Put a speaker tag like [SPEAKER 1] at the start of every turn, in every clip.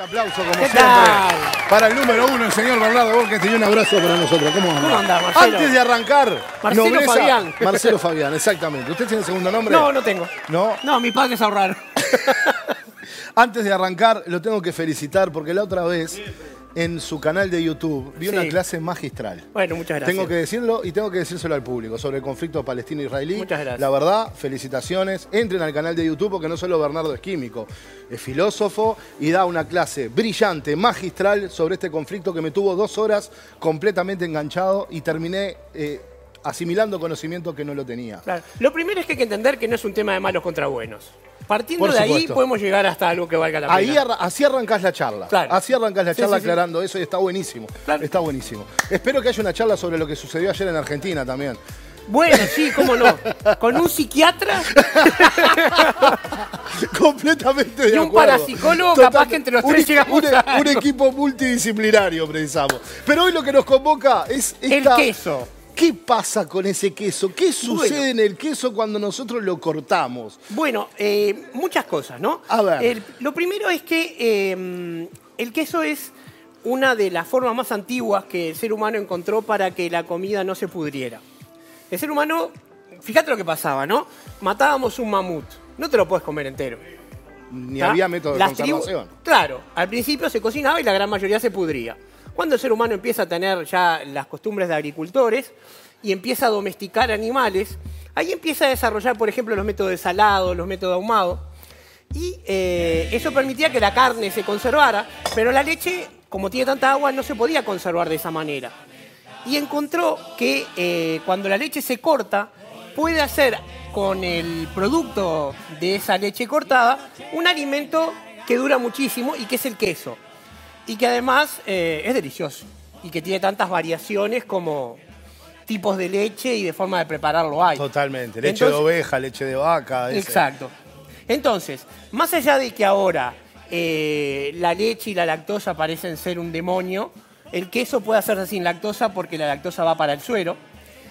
[SPEAKER 1] aplauso como siempre para el número uno, el señor Bernardo Borges. Y un abrazo para nosotros. ¿Cómo anda?
[SPEAKER 2] ¿Cómo anda, Marcelo?
[SPEAKER 1] Antes de arrancar,
[SPEAKER 2] Marcelo Fabián.
[SPEAKER 1] Marcelo Fabián, exactamente. ¿Usted tiene segundo nombre?
[SPEAKER 2] No, no tengo.
[SPEAKER 1] No.
[SPEAKER 2] No, mis padres ahorraron.
[SPEAKER 1] Antes de arrancar, lo tengo que felicitar porque la otra vez en su canal de YouTube vi una
[SPEAKER 2] Sí.
[SPEAKER 1] clase magistral.
[SPEAKER 2] Bueno, muchas gracias.
[SPEAKER 1] Tengo que decirlo y tengo que decírselo al público sobre el conflicto palestino-israelí.
[SPEAKER 2] Muchas gracias.
[SPEAKER 1] La verdad, felicitaciones. Entren al canal de YouTube porque no solo Bernardo es químico, es filósofo y da una clase brillante, magistral sobre este conflicto que me tuvo dos horas completamente enganchado y terminé eh, asimilando conocimiento que no lo tenía.
[SPEAKER 2] Claro. Lo primero es que hay que entender que no es un tema de malos contra buenos. Partiendo
[SPEAKER 1] Por
[SPEAKER 2] de ahí
[SPEAKER 1] supuesto.
[SPEAKER 2] podemos llegar hasta algo que valga la pena.
[SPEAKER 1] Ahí arra- así arrancás la charla.
[SPEAKER 2] Claro.
[SPEAKER 1] Así arrancás la
[SPEAKER 2] Sí,
[SPEAKER 1] charla
[SPEAKER 2] sí, sí.
[SPEAKER 1] aclarando eso y está buenísimo.
[SPEAKER 2] Claro.
[SPEAKER 1] Está buenísimo. Espero que haya una charla sobre lo que sucedió ayer en Argentina también.
[SPEAKER 2] Bueno, sí, cómo no. Con un psiquiatra
[SPEAKER 1] Completamente de
[SPEAKER 2] Y un
[SPEAKER 1] acuerdo.
[SPEAKER 2] parapsicólogo, capaz que entre los
[SPEAKER 1] un
[SPEAKER 2] tres
[SPEAKER 1] equi-
[SPEAKER 2] llegamos
[SPEAKER 1] un, e-
[SPEAKER 2] a algo.
[SPEAKER 1] un equipo multidisciplinario precisamos. Pero hoy lo que nos convoca es
[SPEAKER 2] El
[SPEAKER 1] esta-
[SPEAKER 2] queso.
[SPEAKER 1] ¿Qué pasa con ese queso? ¿Qué sucede en el queso cuando nosotros lo cortamos?
[SPEAKER 2] Bueno, eh, muchas cosas, ¿no?
[SPEAKER 1] A ver.
[SPEAKER 2] El- lo primero es que eh, el queso es una de las formas más antiguas que el ser humano encontró para que la comida no se pudriera. El ser humano, fíjate lo que pasaba, ¿no? Matábamos un mamut, no te lo puedes comer entero.
[SPEAKER 1] Ni
[SPEAKER 2] ¿tá?
[SPEAKER 1] había método de
[SPEAKER 2] Las tribus-
[SPEAKER 1] conservación.
[SPEAKER 2] claro, al principio se cocinaba y la gran mayoría se pudría. Cuando el ser humano empieza a tener ya las costumbres de agricultores y empieza a domesticar animales, ahí empieza a desarrollar, por ejemplo, los métodos de salado, los métodos de ahumado. Y eh, eso permitía que la carne se conservara, pero la leche, como tiene tanta agua, no se podía conservar de esa manera. Y encontró que eh, cuando la leche se corta, puede hacer con el producto de esa leche cortada un alimento que dura muchísimo y que es el queso. Y que además eh, es delicioso y que tiene tantas variaciones como tipos de leche y de forma de prepararlo hay.
[SPEAKER 1] Totalmente. Leche
[SPEAKER 2] Entonces-
[SPEAKER 1] de oveja, leche de vaca. ese.
[SPEAKER 2] Exacto. Entonces, más allá de que ahora eh, la leche y la lactosa parecen ser un demonio, el queso puede hacerse sin lactosa porque la lactosa va para el suero,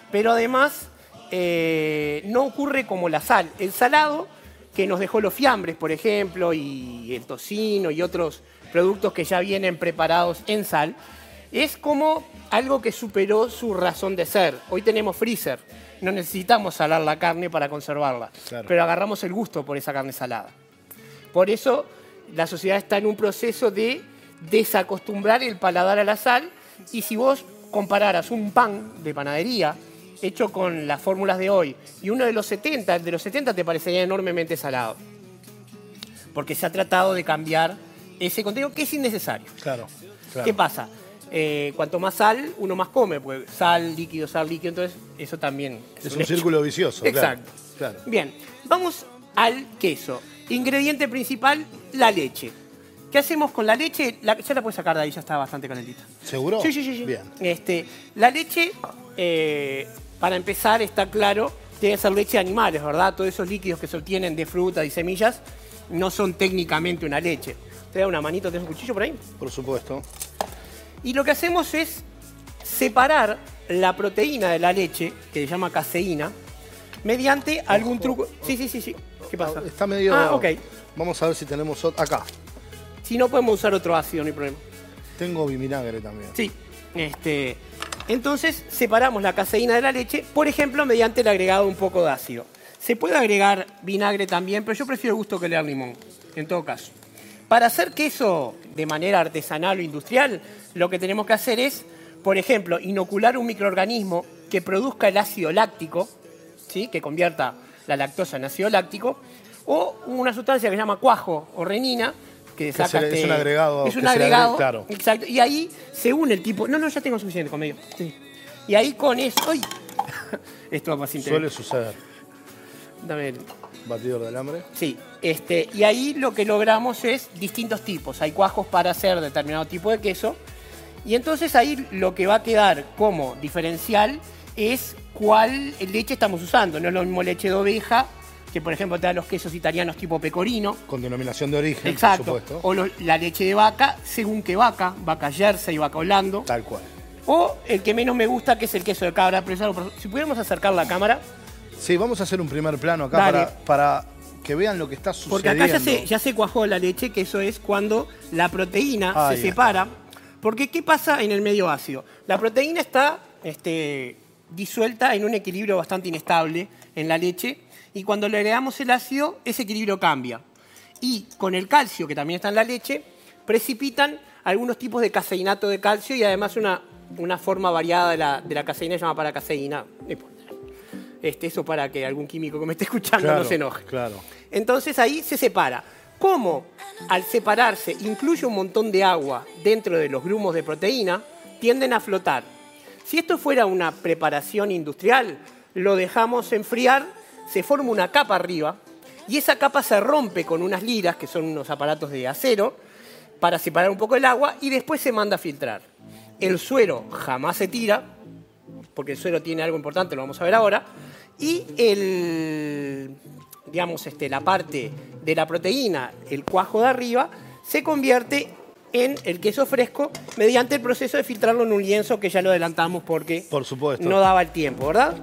[SPEAKER 2] pero además eh, no ocurre como la sal. El salado que nos dejó los fiambres, por ejemplo, y el tocino y otros productos que ya vienen preparados en sal, es como algo que superó su razón de ser. Hoy tenemos freezer, no necesitamos salar la carne para conservarla,
[SPEAKER 1] Claro.
[SPEAKER 2] pero agarramos el gusto por esa carne salada. Por eso la sociedad está en un proceso de desacostumbrar el paladar a la sal y si vos compararas un pan de panadería hecho con las fórmulas de hoy y uno de los 70, el de los 70 te parecería enormemente salado. Porque se ha tratado de cambiar ese contenido que es innecesario.
[SPEAKER 1] Claro. claro.
[SPEAKER 2] ¿Qué pasa? Eh, cuanto más sal, uno más come, pues sal, líquido, sal, líquido, entonces eso también
[SPEAKER 1] Es
[SPEAKER 2] hecho.
[SPEAKER 1] un círculo vicioso. claro.
[SPEAKER 2] Exacto.
[SPEAKER 1] Claro.
[SPEAKER 2] Bien, vamos al queso. Ingrediente principal, la leche. ¿Qué hacemos con la leche? La- ya la puedes sacar de ahí, ya está bastante calentita.
[SPEAKER 1] ¿Seguro?
[SPEAKER 2] Sí, sí, sí. sí.
[SPEAKER 1] Bien.
[SPEAKER 2] Este, la leche, eh, para empezar, está claro, tiene que ser leche de animales, ¿verdad? Todos esos líquidos que se obtienen de frutas y semillas no son técnicamente una leche. ¿Te da una manito? ¿Tenés un cuchillo por ahí?
[SPEAKER 1] Por supuesto.
[SPEAKER 2] Y lo que hacemos es separar la proteína de la leche, que se llama caseína, mediante algún truco. Sí, sí, sí, sí. ¿Qué pasa?
[SPEAKER 1] Está medio.
[SPEAKER 2] Ah, ok.
[SPEAKER 1] Vamos a ver si tenemos. ot- Acá.
[SPEAKER 2] Si no podemos usar otro ácido, no hay problema.
[SPEAKER 1] Tengo vinagre también.
[SPEAKER 2] Sí. Este, entonces separamos la caseína de la leche, por ejemplo, mediante el agregado de un poco de ácido. Se puede agregar vinagre también, pero yo prefiero el gusto que le da el limón, en todo caso. Para hacer queso de manera artesanal o industrial, lo que tenemos que hacer es, por ejemplo, inocular un microorganismo que produzca el ácido láctico, ¿sí? que convierta la lactosa en ácido láctico, o una sustancia que se llama cuajo o renina, que,
[SPEAKER 1] se le-
[SPEAKER 2] saca este-
[SPEAKER 1] es un agregado
[SPEAKER 2] Es un
[SPEAKER 1] que se le agrega,
[SPEAKER 2] agregado,
[SPEAKER 1] claro.
[SPEAKER 2] Exacto. Y ahí, según el tipo. No, no, ya tengo suficiente conmigo. Sí. Y ahí con eso. ¡Ay! Esto va más
[SPEAKER 1] Suele
[SPEAKER 2] interesante.
[SPEAKER 1] suceder.
[SPEAKER 2] Dame el-
[SPEAKER 1] Batidor de alambre.
[SPEAKER 2] Sí. Este, y ahí lo que logramos es distintos tipos. Hay cuajos para hacer determinado tipo de queso. Y entonces ahí lo que va a quedar como diferencial es cuál leche estamos usando. No es lo mismo leche de oveja, que por ejemplo te dan los quesos italianos tipo pecorino.
[SPEAKER 1] Con denominación de origen, por
[SPEAKER 2] Exacto.
[SPEAKER 1] supuesto.
[SPEAKER 2] O lo- la leche de vaca, según qué vaca, vaca jersey y vaca holando.
[SPEAKER 1] Tal cual.
[SPEAKER 2] O el que menos me gusta, que es el queso de cabra. Pero ya lo- si pudiéramos acercar la cámara,
[SPEAKER 1] Sí, vamos a hacer un primer plano acá
[SPEAKER 2] Dale.
[SPEAKER 1] para, para que vean lo que está
[SPEAKER 2] Porque
[SPEAKER 1] sucediendo.
[SPEAKER 2] acá ya se, ya se cuajó la leche, que eso es cuando la proteína
[SPEAKER 1] Ahí
[SPEAKER 2] se
[SPEAKER 1] está.
[SPEAKER 2] separa. Porque, ¿qué pasa en el medio ácido? La proteína está este, disuelta en un equilibrio bastante inestable en la leche. Y cuando le agregamos el ácido, ese equilibrio cambia. Y con el calcio, que también está en la leche, precipitan algunos tipos de caseinato de calcio y además una, una forma variada de la, de la caseína se llama paracaseína. No importa. Este, eso para que algún químico que me esté escuchando
[SPEAKER 1] Claro,
[SPEAKER 2] no se enoje.
[SPEAKER 1] Claro.
[SPEAKER 2] Entonces ahí se separa. ¿Cómo? Al separarse, incluye un montón de agua dentro de los grumos de proteína, tienden a flotar. Si esto fuera una preparación industrial, lo dejamos enfriar, se forma una capa arriba y esa capa se rompe con unas liras, que son unos aparatos de acero, para separar un poco el agua y después se manda a filtrar. El suero jamás se tira, porque el suero tiene algo importante, lo vamos a ver ahora. Y el, digamos, este, la parte de la proteína, el cuajo de arriba, se convierte en el queso fresco mediante el proceso de filtrarlo en un lienzo que ya lo adelantamos porque
[SPEAKER 1] Por supuesto.
[SPEAKER 2] no daba el tiempo, ¿verdad?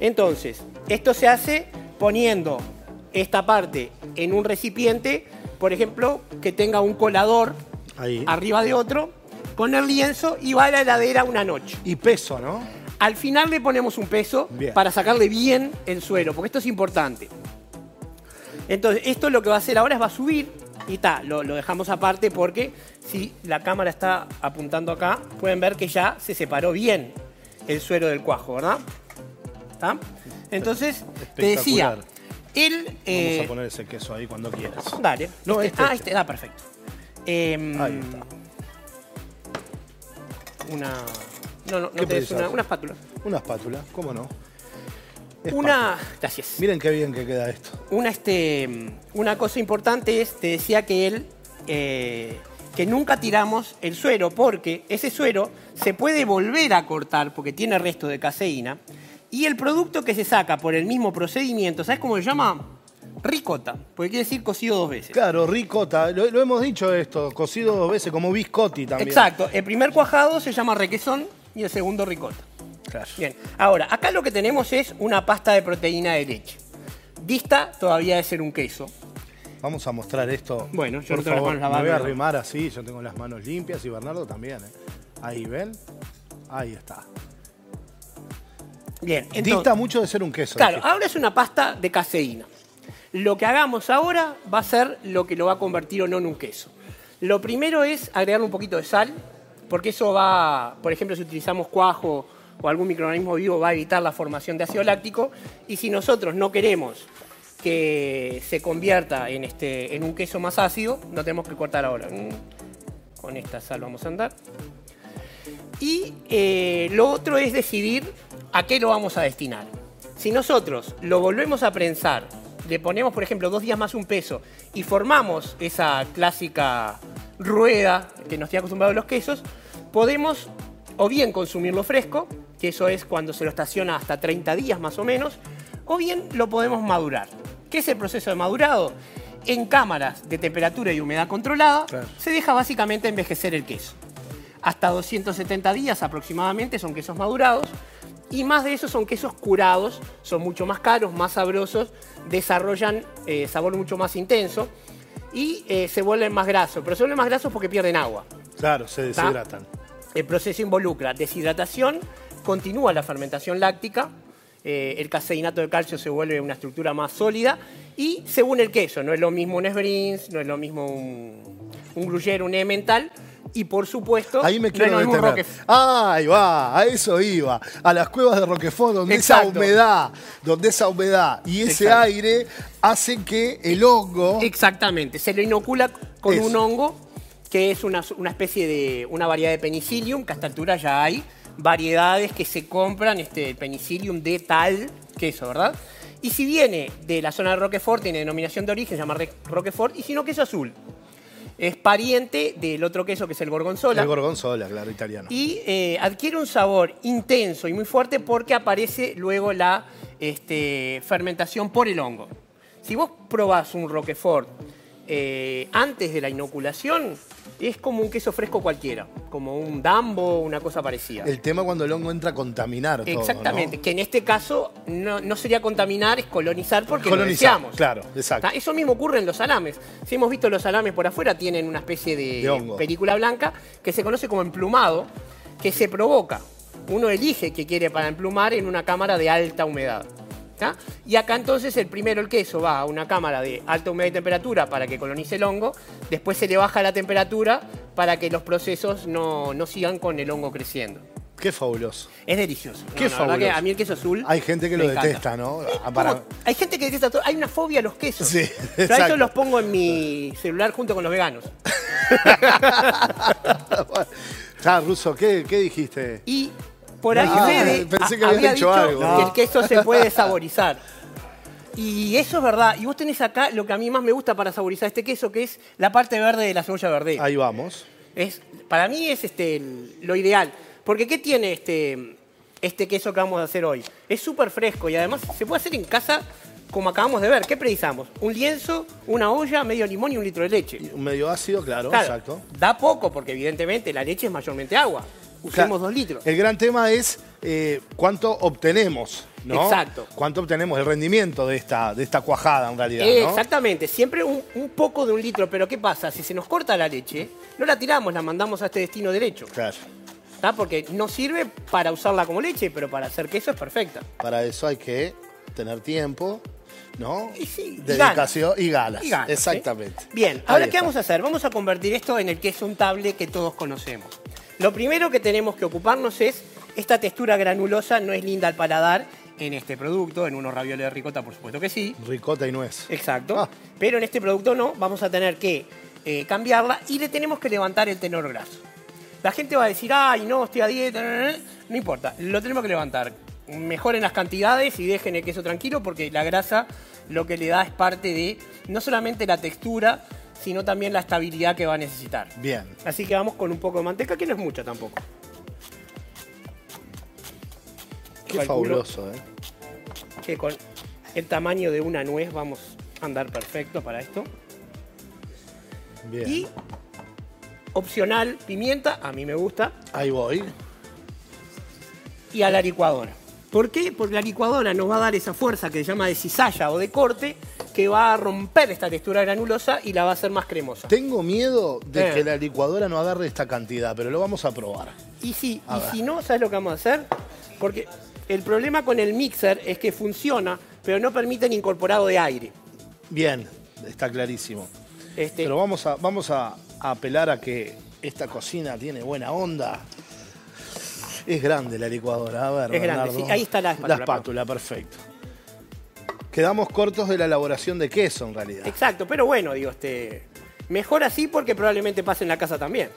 [SPEAKER 2] Entonces, esto se hace poniendo esta parte en un recipiente, por ejemplo, que tenga un colador
[SPEAKER 1] Ahí.
[SPEAKER 2] arriba de otro, con el lienzo y va a la heladera una noche.
[SPEAKER 1] Y peso, ¿no?
[SPEAKER 2] Al final le ponemos un peso
[SPEAKER 1] Bien.
[SPEAKER 2] para sacarle bien el suero, porque esto es importante. Entonces, esto lo que va a hacer ahora es va a subir y está, lo, lo dejamos aparte porque si la cámara está apuntando acá, pueden ver que ya se separó bien el suero del cuajo, ¿verdad? ¿Está? Entonces, te decía,
[SPEAKER 1] Espectacular.
[SPEAKER 2] él... eh,
[SPEAKER 1] Vamos a poner ese queso ahí cuando quieras.
[SPEAKER 2] Dale.
[SPEAKER 1] No,
[SPEAKER 2] Este-
[SPEAKER 1] este,
[SPEAKER 2] ah,
[SPEAKER 1] este.
[SPEAKER 2] este, da perfecto. Em,
[SPEAKER 1] Ahí está.
[SPEAKER 2] Una... No, no,
[SPEAKER 1] ¿Qué
[SPEAKER 2] no te des
[SPEAKER 1] precisas?
[SPEAKER 2] una, una espátula.
[SPEAKER 1] Una espátula, ¿cómo no?
[SPEAKER 2] Una... Gracias.
[SPEAKER 1] Miren qué bien que queda esto.
[SPEAKER 2] una, este, una cosa importante es, te decía que él, eh, que nunca tiramos el suero, porque ese suero se puede volver a cortar porque tiene resto de caseína. Y el producto que se saca por el mismo procedimiento, ¿sabes cómo se llama? Ricota, porque quiere decir cocido dos veces.
[SPEAKER 1] Claro, ricota, lo, lo hemos dicho esto, cocido dos veces, como biscotti también.
[SPEAKER 2] Exacto, el primer cuajado se llama requesón y el segundo ricota.
[SPEAKER 1] Claro.
[SPEAKER 2] Bien, ahora, acá lo que tenemos es una pasta de proteína de leche. Dista todavía de ser un queso,
[SPEAKER 1] Vamos a mostrar esto.
[SPEAKER 2] Bueno, yo
[SPEAKER 1] por
[SPEAKER 2] no tengo las
[SPEAKER 1] favor. Me voy
[SPEAKER 2] manos
[SPEAKER 1] a
[SPEAKER 2] lavadas, pero-
[SPEAKER 1] arrimar así, yo tengo las manos limpias y Bernardo también. ¿eh? Ahí ven, ahí está.
[SPEAKER 2] Bien,
[SPEAKER 1] Dista mucho de ser un queso.
[SPEAKER 2] Claro,
[SPEAKER 1] dijiste.
[SPEAKER 2] ahora es una pasta de caseína. Lo que hagamos ahora va a ser lo que lo va a convertir o no en un queso. Lo primero es agregar un poquito de sal, porque eso va, por ejemplo, si utilizamos cuajo o algún microorganismo vivo, va a evitar la formación de ácido láctico. Y si nosotros no queremos que se convierta en, este, en un queso más ácido, no tenemos que cortar ahora. Mm, Con esta sal vamos a andar. Y eh, lo otro es decidir a qué lo vamos a destinar. Si nosotros lo volvemos a prensar, le ponemos, por ejemplo, dos días más un peso y formamos esa clásica rueda que nos tiene acostumbrados los quesos, podemos o bien consumirlo fresco, que eso es cuando se lo estaciona hasta 30 días más o menos, o bien lo podemos madurar. ¿Qué es el proceso de madurado? En cámaras de temperatura y humedad controlada,
[SPEAKER 1] Claro.
[SPEAKER 2] se deja básicamente envejecer el queso hasta 270 días aproximadamente son quesos madurados y más de eso son quesos curados, son mucho más caros, más sabrosos, desarrollan eh, sabor mucho más intenso y eh, se vuelven más grasos, pero se vuelven más grasos porque pierden agua.
[SPEAKER 1] Claro, se
[SPEAKER 2] ah, ¿Está?
[SPEAKER 1] deshidratan.
[SPEAKER 2] El proceso involucra deshidratación, continúa la fermentación láctica, eh, el caseinato de calcio se vuelve una estructura más sólida y según el queso, no es lo mismo un Sbrins, no es lo mismo un, un Gruyère, un Emmental y por supuesto
[SPEAKER 1] Ahí me quiero
[SPEAKER 2] no es lo mismo un
[SPEAKER 1] detener.
[SPEAKER 2] Roquefort.
[SPEAKER 1] Ahí va, a eso iba. A las cuevas de Roquefort, donde esa
[SPEAKER 2] Exacto.
[SPEAKER 1] humedad, donde esa humedad y ese
[SPEAKER 2] Exacto.
[SPEAKER 1] aire hacen que el hongo
[SPEAKER 2] Exactamente, se lo inocula con
[SPEAKER 1] Eso.
[SPEAKER 2] un hongo que es una, una especie de una variedad de penicillium, que a esta altura ya hay variedades que se compran, este penicillium de tal queso, ¿verdad? Y si viene de la zona de Roquefort, tiene denominación de origen, se llama Re- Roquefort, y si no, queso azul. Es pariente del otro queso que es el gorgonzola.
[SPEAKER 1] el gorgonzola, claro, italiano.
[SPEAKER 2] Y eh, adquiere un sabor intenso y muy fuerte porque aparece luego la este, fermentación por el hongo. Si vos probás un Roquefort eh, antes de la inoculación, es como un queso fresco cualquiera, como un dambo, una cosa parecida.
[SPEAKER 1] El tema cuando el hongo entra a contaminar todo, ¿no?
[SPEAKER 2] Exactamente, que en este caso no, no sería contaminar, es colonizar porque lo
[SPEAKER 1] Colonizar,
[SPEAKER 2] deseamos.
[SPEAKER 1] claro, exacto.
[SPEAKER 2] ¿Está? Eso mismo ocurre en los salames. Si hemos visto los salames por afuera, tienen una especie de,
[SPEAKER 1] De hongo.
[SPEAKER 2] película blanca que se conoce como emplumado, que se provoca. Uno elige qué quiere para emplumar en una cámara de alta humedad. ¿está? Y acá entonces el primero, el queso, va a una cámara de alta humedad y temperatura para que colonice el hongo, después se le baja la temperatura para que los procesos no, no sigan con el hongo creciendo.
[SPEAKER 1] Qué fabuloso.
[SPEAKER 2] Es delicioso.
[SPEAKER 1] Qué
[SPEAKER 2] la verdad que
[SPEAKER 1] fabuloso.
[SPEAKER 2] a mí el queso azul.
[SPEAKER 1] Hay gente que
[SPEAKER 2] ¿Mm? me
[SPEAKER 1] lo
[SPEAKER 2] encanta.
[SPEAKER 1] detesta, ¿no? Ah,
[SPEAKER 2] ¿Cómo?
[SPEAKER 1] para-
[SPEAKER 2] Hay gente que detesta todo. Hay una fobia a los quesos.
[SPEAKER 1] Sí,
[SPEAKER 2] Pero a
[SPEAKER 1] exacto.
[SPEAKER 2] eso los pongo en mi celular junto con los veganos.
[SPEAKER 1] Ah, Ruso, ¿qué, qué dijiste?
[SPEAKER 2] Y por ahí
[SPEAKER 1] Ah,
[SPEAKER 2] Fede
[SPEAKER 1] pensé
[SPEAKER 2] a-
[SPEAKER 1] que habías
[SPEAKER 2] había
[SPEAKER 1] dicho
[SPEAKER 2] dicho
[SPEAKER 1] algo.
[SPEAKER 2] que
[SPEAKER 1] No.
[SPEAKER 2] el queso se puede saborizar. Y eso es verdad. Y vos tenés acá lo que a mí más me gusta para saborizar este queso, que es la parte verde de la cebolla verde.
[SPEAKER 1] Ahí vamos.
[SPEAKER 2] Es, para mí es este, el- lo ideal. Porque ¿qué tiene este, este queso que vamos a hacer hoy? Es súper fresco y además se puede hacer en casa como acabamos de ver. ¿Qué precisamos? Un lienzo, una olla, medio limón y un litro de leche.
[SPEAKER 1] Un medio ácido, claro,
[SPEAKER 2] Claro,
[SPEAKER 1] exacto.
[SPEAKER 2] da poco porque evidentemente la leche es mayormente agua. Usemos
[SPEAKER 1] Claro,
[SPEAKER 2] dos litros.
[SPEAKER 1] El gran tema es eh, cuánto obtenemos, ¿no?
[SPEAKER 2] Exacto.
[SPEAKER 1] Cuánto obtenemos, el rendimiento de esta, de esta cuajada en realidad,
[SPEAKER 2] Eh,
[SPEAKER 1] ¿no?
[SPEAKER 2] Exactamente, siempre un, un poco de un litro, pero ¿qué pasa? Si se nos corta la leche, no la tiramos, la mandamos a este destino derecho,
[SPEAKER 1] Claro.
[SPEAKER 2] ¿está? Porque no sirve para usarla como leche, pero para hacer queso es perfecta.
[SPEAKER 1] Para eso hay que tener tiempo, ¿no?
[SPEAKER 2] Y sí, y
[SPEAKER 1] Dedicación y galas.
[SPEAKER 2] Y ganas, ¿eh?
[SPEAKER 1] Exactamente.
[SPEAKER 2] Bien,
[SPEAKER 1] Ahí
[SPEAKER 2] ahora ¿qué
[SPEAKER 1] está.
[SPEAKER 2] vamos a hacer? Vamos a convertir esto en el queso untable que todos conocemos. Lo primero que tenemos que ocuparnos es esta textura granulosa no es linda al paladar en este producto, en unos ravioles de ricota por supuesto que sí.
[SPEAKER 1] Ricota y nuez.
[SPEAKER 2] Exacto.
[SPEAKER 1] Ah.
[SPEAKER 2] Pero en este producto no, vamos a tener que eh, cambiarla y le tenemos que levantar el tenor graso. La gente va a decir, ay, no, estoy a dieta, na, na, na". no importa, lo tenemos que levantar. Mejoren las cantidades y dejen el queso tranquilo porque la grasa lo que le da es parte de no solamente la textura, sino también la estabilidad que va a necesitar.
[SPEAKER 1] Bien.
[SPEAKER 2] Así que vamos con un poco de manteca, que no es mucha tampoco.
[SPEAKER 1] Qué
[SPEAKER 2] Calculo.
[SPEAKER 1] fabuloso, ¿eh?
[SPEAKER 2] que con el tamaño de una nuez vamos a andar perfecto para esto.
[SPEAKER 1] Bien.
[SPEAKER 2] Y opcional pimienta, a mí me gusta,
[SPEAKER 1] Ahí voy.
[SPEAKER 2] y a la licuadora. ¿Por qué? Porque la licuadora nos va a dar esa fuerza que se llama de cizalla o de corte, que va a romper esta textura granulosa y la va a hacer más cremosa.
[SPEAKER 1] Tengo miedo de
[SPEAKER 2] Eh.
[SPEAKER 1] que la licuadora no agarre esta cantidad, pero lo vamos a probar.
[SPEAKER 2] Y si,
[SPEAKER 1] A
[SPEAKER 2] y
[SPEAKER 1] ver.
[SPEAKER 2] si no, ¿sabes lo que vamos a hacer? Porque el problema con el mixer es que funciona, pero no permite el incorporado de aire.
[SPEAKER 1] Bien, está clarísimo.
[SPEAKER 2] Este,
[SPEAKER 1] Pero vamos a, vamos a a apelar a que esta cocina tiene buena onda. Es grande la licuadora, a ver.
[SPEAKER 2] Es grande,
[SPEAKER 1] Bernardo.
[SPEAKER 2] sí, ahí está la espátula,
[SPEAKER 1] La espátula, perfecto. Quedamos cortos de la elaboración de queso en realidad.
[SPEAKER 2] exacto, pero bueno, digo, este, mejor así porque probablemente pase en la casa también.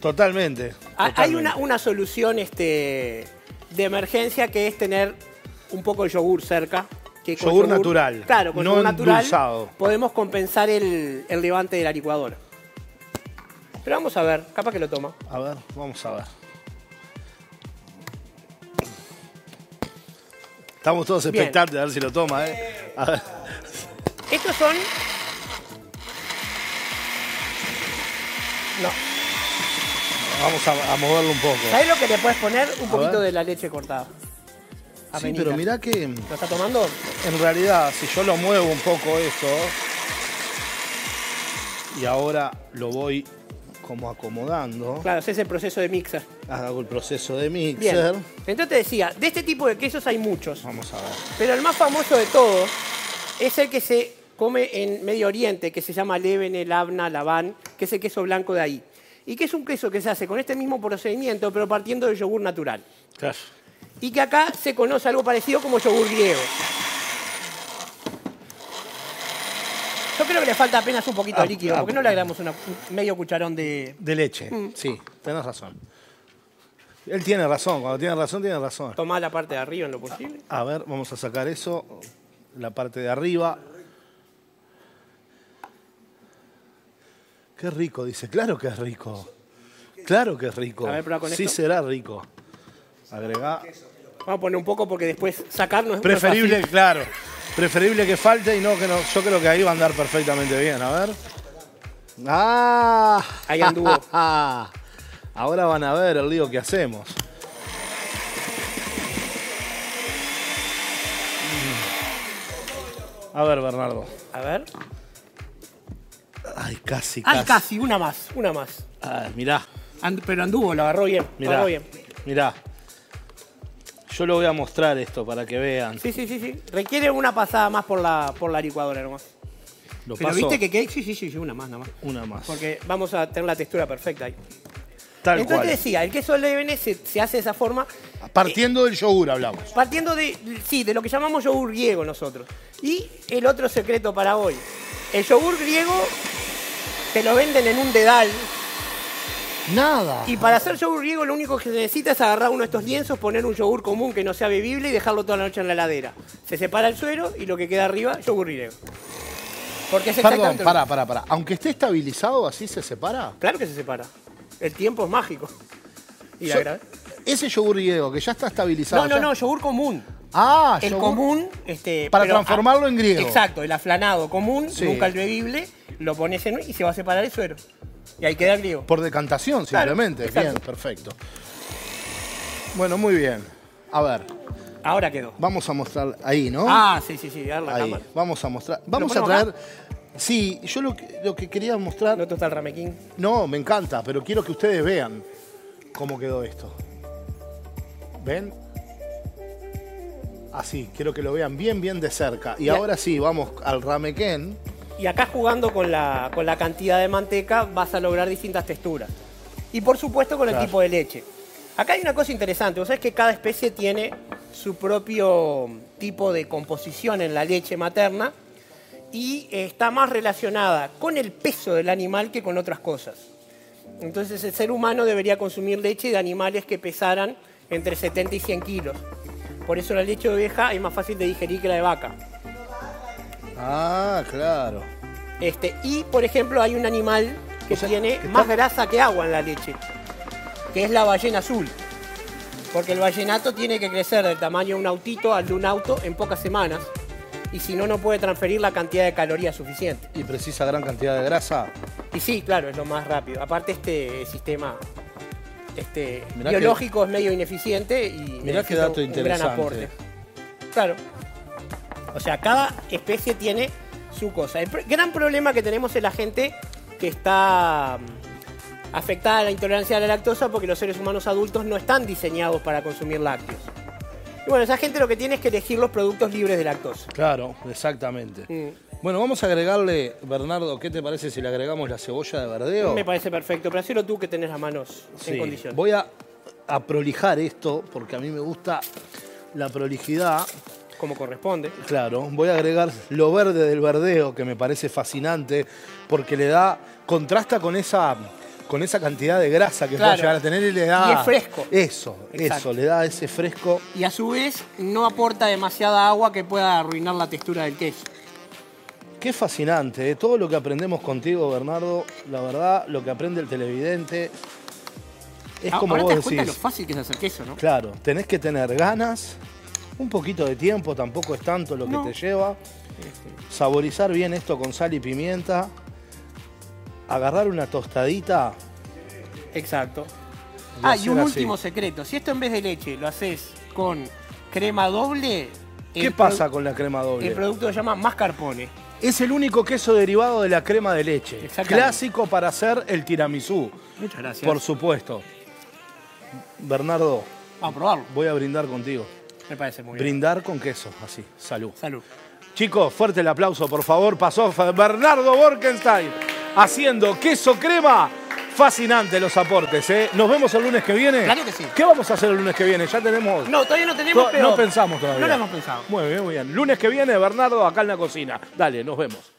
[SPEAKER 1] Totalmente.
[SPEAKER 2] Ah, Hay
[SPEAKER 1] totalmente.
[SPEAKER 2] una, una solución este, de emergencia que es tener un poco de yogur cerca. Que con
[SPEAKER 1] Yogur natural,
[SPEAKER 2] Claro, con
[SPEAKER 1] no
[SPEAKER 2] yogur natural
[SPEAKER 1] endulzado.
[SPEAKER 2] podemos compensar el, el levante de la licuadora. Pero vamos a ver, capaz que lo toma.
[SPEAKER 1] A ver, vamos a ver. Estamos todos
[SPEAKER 2] Bien.
[SPEAKER 1] expectantes a ver si lo toma, ¿eh? A ver.
[SPEAKER 2] Estos son... No,
[SPEAKER 1] Vamos a, a moverlo un poco.
[SPEAKER 2] ¿sabés lo que le puedes poner? Un
[SPEAKER 1] A
[SPEAKER 2] poquito
[SPEAKER 1] ver.
[SPEAKER 2] de la leche cortada.
[SPEAKER 1] Sí,
[SPEAKER 2] Apenita.
[SPEAKER 1] pero mirá que en
[SPEAKER 2] ¿Lo está tomando?
[SPEAKER 1] realidad, si yo lo muevo un poco esto, y ahora lo voy como acomodando,
[SPEAKER 2] Claro, ese es el proceso de mixer.
[SPEAKER 1] hago el proceso de
[SPEAKER 2] Bien.
[SPEAKER 1] mixer.
[SPEAKER 2] Entonces te decía, de este tipo de quesos hay muchos.
[SPEAKER 1] Vamos a ver.
[SPEAKER 2] Pero el más famoso de todos es el que se come en Medio Oriente, que se llama Leven, el Abna, Labán, que es el queso blanco de ahí. Y que es un queso que se hace con este mismo procedimiento, pero partiendo de yogur natural.
[SPEAKER 1] Claro.
[SPEAKER 2] Y que acá se conoce algo parecido como yogur griego. Yo creo que le falta apenas un poquito
[SPEAKER 1] Ah,
[SPEAKER 2] de líquido,
[SPEAKER 1] ah,
[SPEAKER 2] porque no le agregamos una- un medio cucharón de...
[SPEAKER 1] De leche, sí, tenés razón. Él tiene razón, cuando tiene razón, tiene razón.
[SPEAKER 2] Tomar la parte de arriba en lo posible.
[SPEAKER 1] A ver, vamos a sacar eso, la parte de arriba. Qué rico, dice. Claro que es rico. Claro que es rico.
[SPEAKER 2] A ver, prueba con
[SPEAKER 1] sí
[SPEAKER 2] esto.
[SPEAKER 1] será rico. Agregá.
[SPEAKER 2] Vamos a poner un poco porque después sacarnos es muy
[SPEAKER 1] Preferible, claro. Preferible que falte y no que no. Yo creo que ahí va a andar perfectamente bien. A ver. Ah,
[SPEAKER 2] Ahí anduvo.
[SPEAKER 1] Ahora van a ver el lío que hacemos. A ver, Bernardo.
[SPEAKER 2] A ver.
[SPEAKER 1] Ay, casi, casi.
[SPEAKER 2] Ay, casi, una más, una más.
[SPEAKER 1] Ay, mirá,
[SPEAKER 2] And- pero anduvo, lo agarró bien. Lo
[SPEAKER 1] mirá.
[SPEAKER 2] agarró bien.
[SPEAKER 1] Mirá. Yo lo voy a mostrar esto para que vean.
[SPEAKER 2] Sí, sí, sí, sí. Requiere una pasada más por la, por la licuadora nomás.
[SPEAKER 1] Lo
[SPEAKER 2] Pero
[SPEAKER 1] paso
[SPEAKER 2] viste que, que- sí, sí, sí, sí, una más nomás.
[SPEAKER 1] una más.
[SPEAKER 2] Porque vamos a tener la textura perfecta ahí.
[SPEAKER 1] Tal
[SPEAKER 2] Entonces decía, el queso Leven se, se hace de esa forma,
[SPEAKER 1] cual. Partiendo del yogur hablamos.
[SPEAKER 2] partiendo de, sí, de lo que llamamos yogur griego nosotros. Y el otro secreto para hoy. El yogur griego te lo venden en un dedal.
[SPEAKER 1] Nada.
[SPEAKER 2] Y para hacer yogur griego lo único que se necesita es agarrar uno de estos lienzos, poner un yogur común que no sea bebible y dejarlo toda la noche en la heladera. Se separa el suero y lo que queda arriba, yogur griego. Porque es
[SPEAKER 1] Perdón,
[SPEAKER 2] exactamente lo-
[SPEAKER 1] pará, pará, pará. Aunque esté estabilizado, ¿así se separa?
[SPEAKER 2] Claro que se separa. El tiempo es mágico. Y la
[SPEAKER 1] Yo-
[SPEAKER 2] gra-
[SPEAKER 1] Ese yogur griego que ya está estabilizado.
[SPEAKER 2] No, no,
[SPEAKER 1] ya-
[SPEAKER 2] no, yogur común.
[SPEAKER 1] Ah,
[SPEAKER 2] El
[SPEAKER 1] yogur-
[SPEAKER 2] común, este.
[SPEAKER 1] Para transformarlo en griego.
[SPEAKER 2] Exacto, el aflanado común,
[SPEAKER 1] Sí.
[SPEAKER 2] nunca el bebible, lo pones en y se va a separar el suero. Y ahí queda el griego.
[SPEAKER 1] Por decantación,
[SPEAKER 2] Claro,
[SPEAKER 1] simplemente.
[SPEAKER 2] exacto.
[SPEAKER 1] bien, perfecto. Bueno, muy bien. A ver,
[SPEAKER 2] Ahora quedó.
[SPEAKER 1] vamos a mostrar ahí, ¿no?
[SPEAKER 2] Ah, sí, sí, sí, dar la
[SPEAKER 1] ahí.
[SPEAKER 2] cámara.
[SPEAKER 1] Vamos a mostrar. Vamos a
[SPEAKER 2] ponemos
[SPEAKER 1] traer. Sí, yo lo que, lo que quería mostrar.
[SPEAKER 2] No está el ramequín.
[SPEAKER 1] No, me encanta, pero quiero que ustedes vean cómo quedó esto. ¿Ven? Así, quiero que lo vean bien, bien de cerca. Y
[SPEAKER 2] Ya.
[SPEAKER 1] ahora sí, vamos al ramequén.
[SPEAKER 2] Y acá jugando con la, con la cantidad de manteca vas a lograr distintas texturas. Y por supuesto con el
[SPEAKER 1] Claro.
[SPEAKER 2] tipo de leche. Acá hay una cosa interesante, vos sabés que cada especie tiene su propio tipo de composición en la leche materna y eh, está más relacionada con el peso del animal que con otras cosas. Entonces el ser humano debería consumir leche de animales que pesaran entre 70 y 100 kilos. Por eso la leche de oveja es más fácil de digerir que la de vaca.
[SPEAKER 1] Ah, claro.
[SPEAKER 2] Este, y, por ejemplo, hay un animal que
[SPEAKER 1] O sea,
[SPEAKER 2] tiene
[SPEAKER 1] que
[SPEAKER 2] más
[SPEAKER 1] está-
[SPEAKER 2] grasa que agua en la leche, que es la ballena azul. Porque el ballenato tiene que crecer del tamaño de un autito al de un auto en pocas semanas. Y si no, no puede transferir la cantidad de calorías suficiente.
[SPEAKER 1] Y precisa gran cantidad de grasa.
[SPEAKER 2] Y sí, claro, es lo más rápido. Aparte, este sistema este,
[SPEAKER 1] Mirá que-
[SPEAKER 2] biológico es medio ineficiente y
[SPEAKER 1] Mirá qué
[SPEAKER 2] necesita
[SPEAKER 1] dato
[SPEAKER 2] un
[SPEAKER 1] interesante.
[SPEAKER 2] gran aporte. Claro. O sea, cada especie tiene su cosa. El pr- gran problema que tenemos es la gente que está mm, afectada a la intolerancia a la lactosa porque los seres humanos adultos no están diseñados para consumir lácteos. Y bueno, esa gente lo que tiene es que elegir los productos libres de lactosa.
[SPEAKER 1] Claro, exactamente.
[SPEAKER 2] Mm.
[SPEAKER 1] Bueno, vamos a agregarle, Bernardo, ¿qué te parece si le agregamos la cebolla de verdeo?
[SPEAKER 2] Me parece perfecto, pero hacelo tú que tenés las manos en condiciones.
[SPEAKER 1] Voy a, a prolijar esto porque a mí me gusta la prolijidad.
[SPEAKER 2] Como corresponde.
[SPEAKER 1] Claro, voy a agregar lo verde del verdeo que me parece fascinante porque le da contrasta con esa con esa cantidad de grasa que
[SPEAKER 2] Claro.
[SPEAKER 1] puede llegar a tener y le da
[SPEAKER 2] Y es fresco.
[SPEAKER 1] Eso,
[SPEAKER 2] Exacto.
[SPEAKER 1] eso, le da ese fresco.
[SPEAKER 2] y a su vez no aporta demasiada agua que pueda arruinar la textura del queso.
[SPEAKER 1] Qué fascinante, ¿eh? todo lo que aprendemos contigo, Bernardo, la verdad, lo que aprende el televidente es
[SPEAKER 2] A-
[SPEAKER 1] como
[SPEAKER 2] Ah, Ahora
[SPEAKER 1] vos
[SPEAKER 2] te das cuenta
[SPEAKER 1] decís.
[SPEAKER 2] lo fácil que es hacer queso, ¿no?
[SPEAKER 1] Claro, tenés que tener ganas, un poquito de tiempo, tampoco es tanto lo que
[SPEAKER 2] No.
[SPEAKER 1] te lleva. Este, Saborizar bien esto con sal y pimienta. Agarrar una tostadita.
[SPEAKER 2] Exacto.
[SPEAKER 1] y
[SPEAKER 2] Ah, y
[SPEAKER 1] hacer
[SPEAKER 2] un
[SPEAKER 1] así.
[SPEAKER 2] último secreto. Si esto en vez de leche lo haces con crema doble...
[SPEAKER 1] ¿Qué
[SPEAKER 2] el
[SPEAKER 1] pasa
[SPEAKER 2] produ-
[SPEAKER 1] con la crema doble?
[SPEAKER 2] El producto se llama mascarpone.
[SPEAKER 1] Es el único queso derivado de la crema de leche.
[SPEAKER 2] Exactamente.
[SPEAKER 1] Clásico para hacer el tiramisú,
[SPEAKER 2] Muchas gracias.
[SPEAKER 1] por supuesto. Bernardo,
[SPEAKER 2] Vamos a probarlo.
[SPEAKER 1] voy a brindar contigo.
[SPEAKER 2] Me parece muy bien.
[SPEAKER 1] Brindar con queso, así. Salud.
[SPEAKER 2] Salud.
[SPEAKER 1] Chicos, fuerte el aplauso, por favor. Pasó F- Bernardo Borkenstein haciendo queso crema. Fascinante los aportes, ¿eh? Nos vemos el lunes que viene.
[SPEAKER 2] Claro que sí.
[SPEAKER 1] ¿Qué vamos a hacer el lunes que viene? Ya tenemos.
[SPEAKER 2] No, todavía no tenemos,
[SPEAKER 1] to-
[SPEAKER 2] pero...
[SPEAKER 1] no pensamos todavía.
[SPEAKER 2] No lo hemos pensado.
[SPEAKER 1] Muy bien, muy bien. Lunes que viene, Bernardo acá en la cocina. Dale, nos vemos.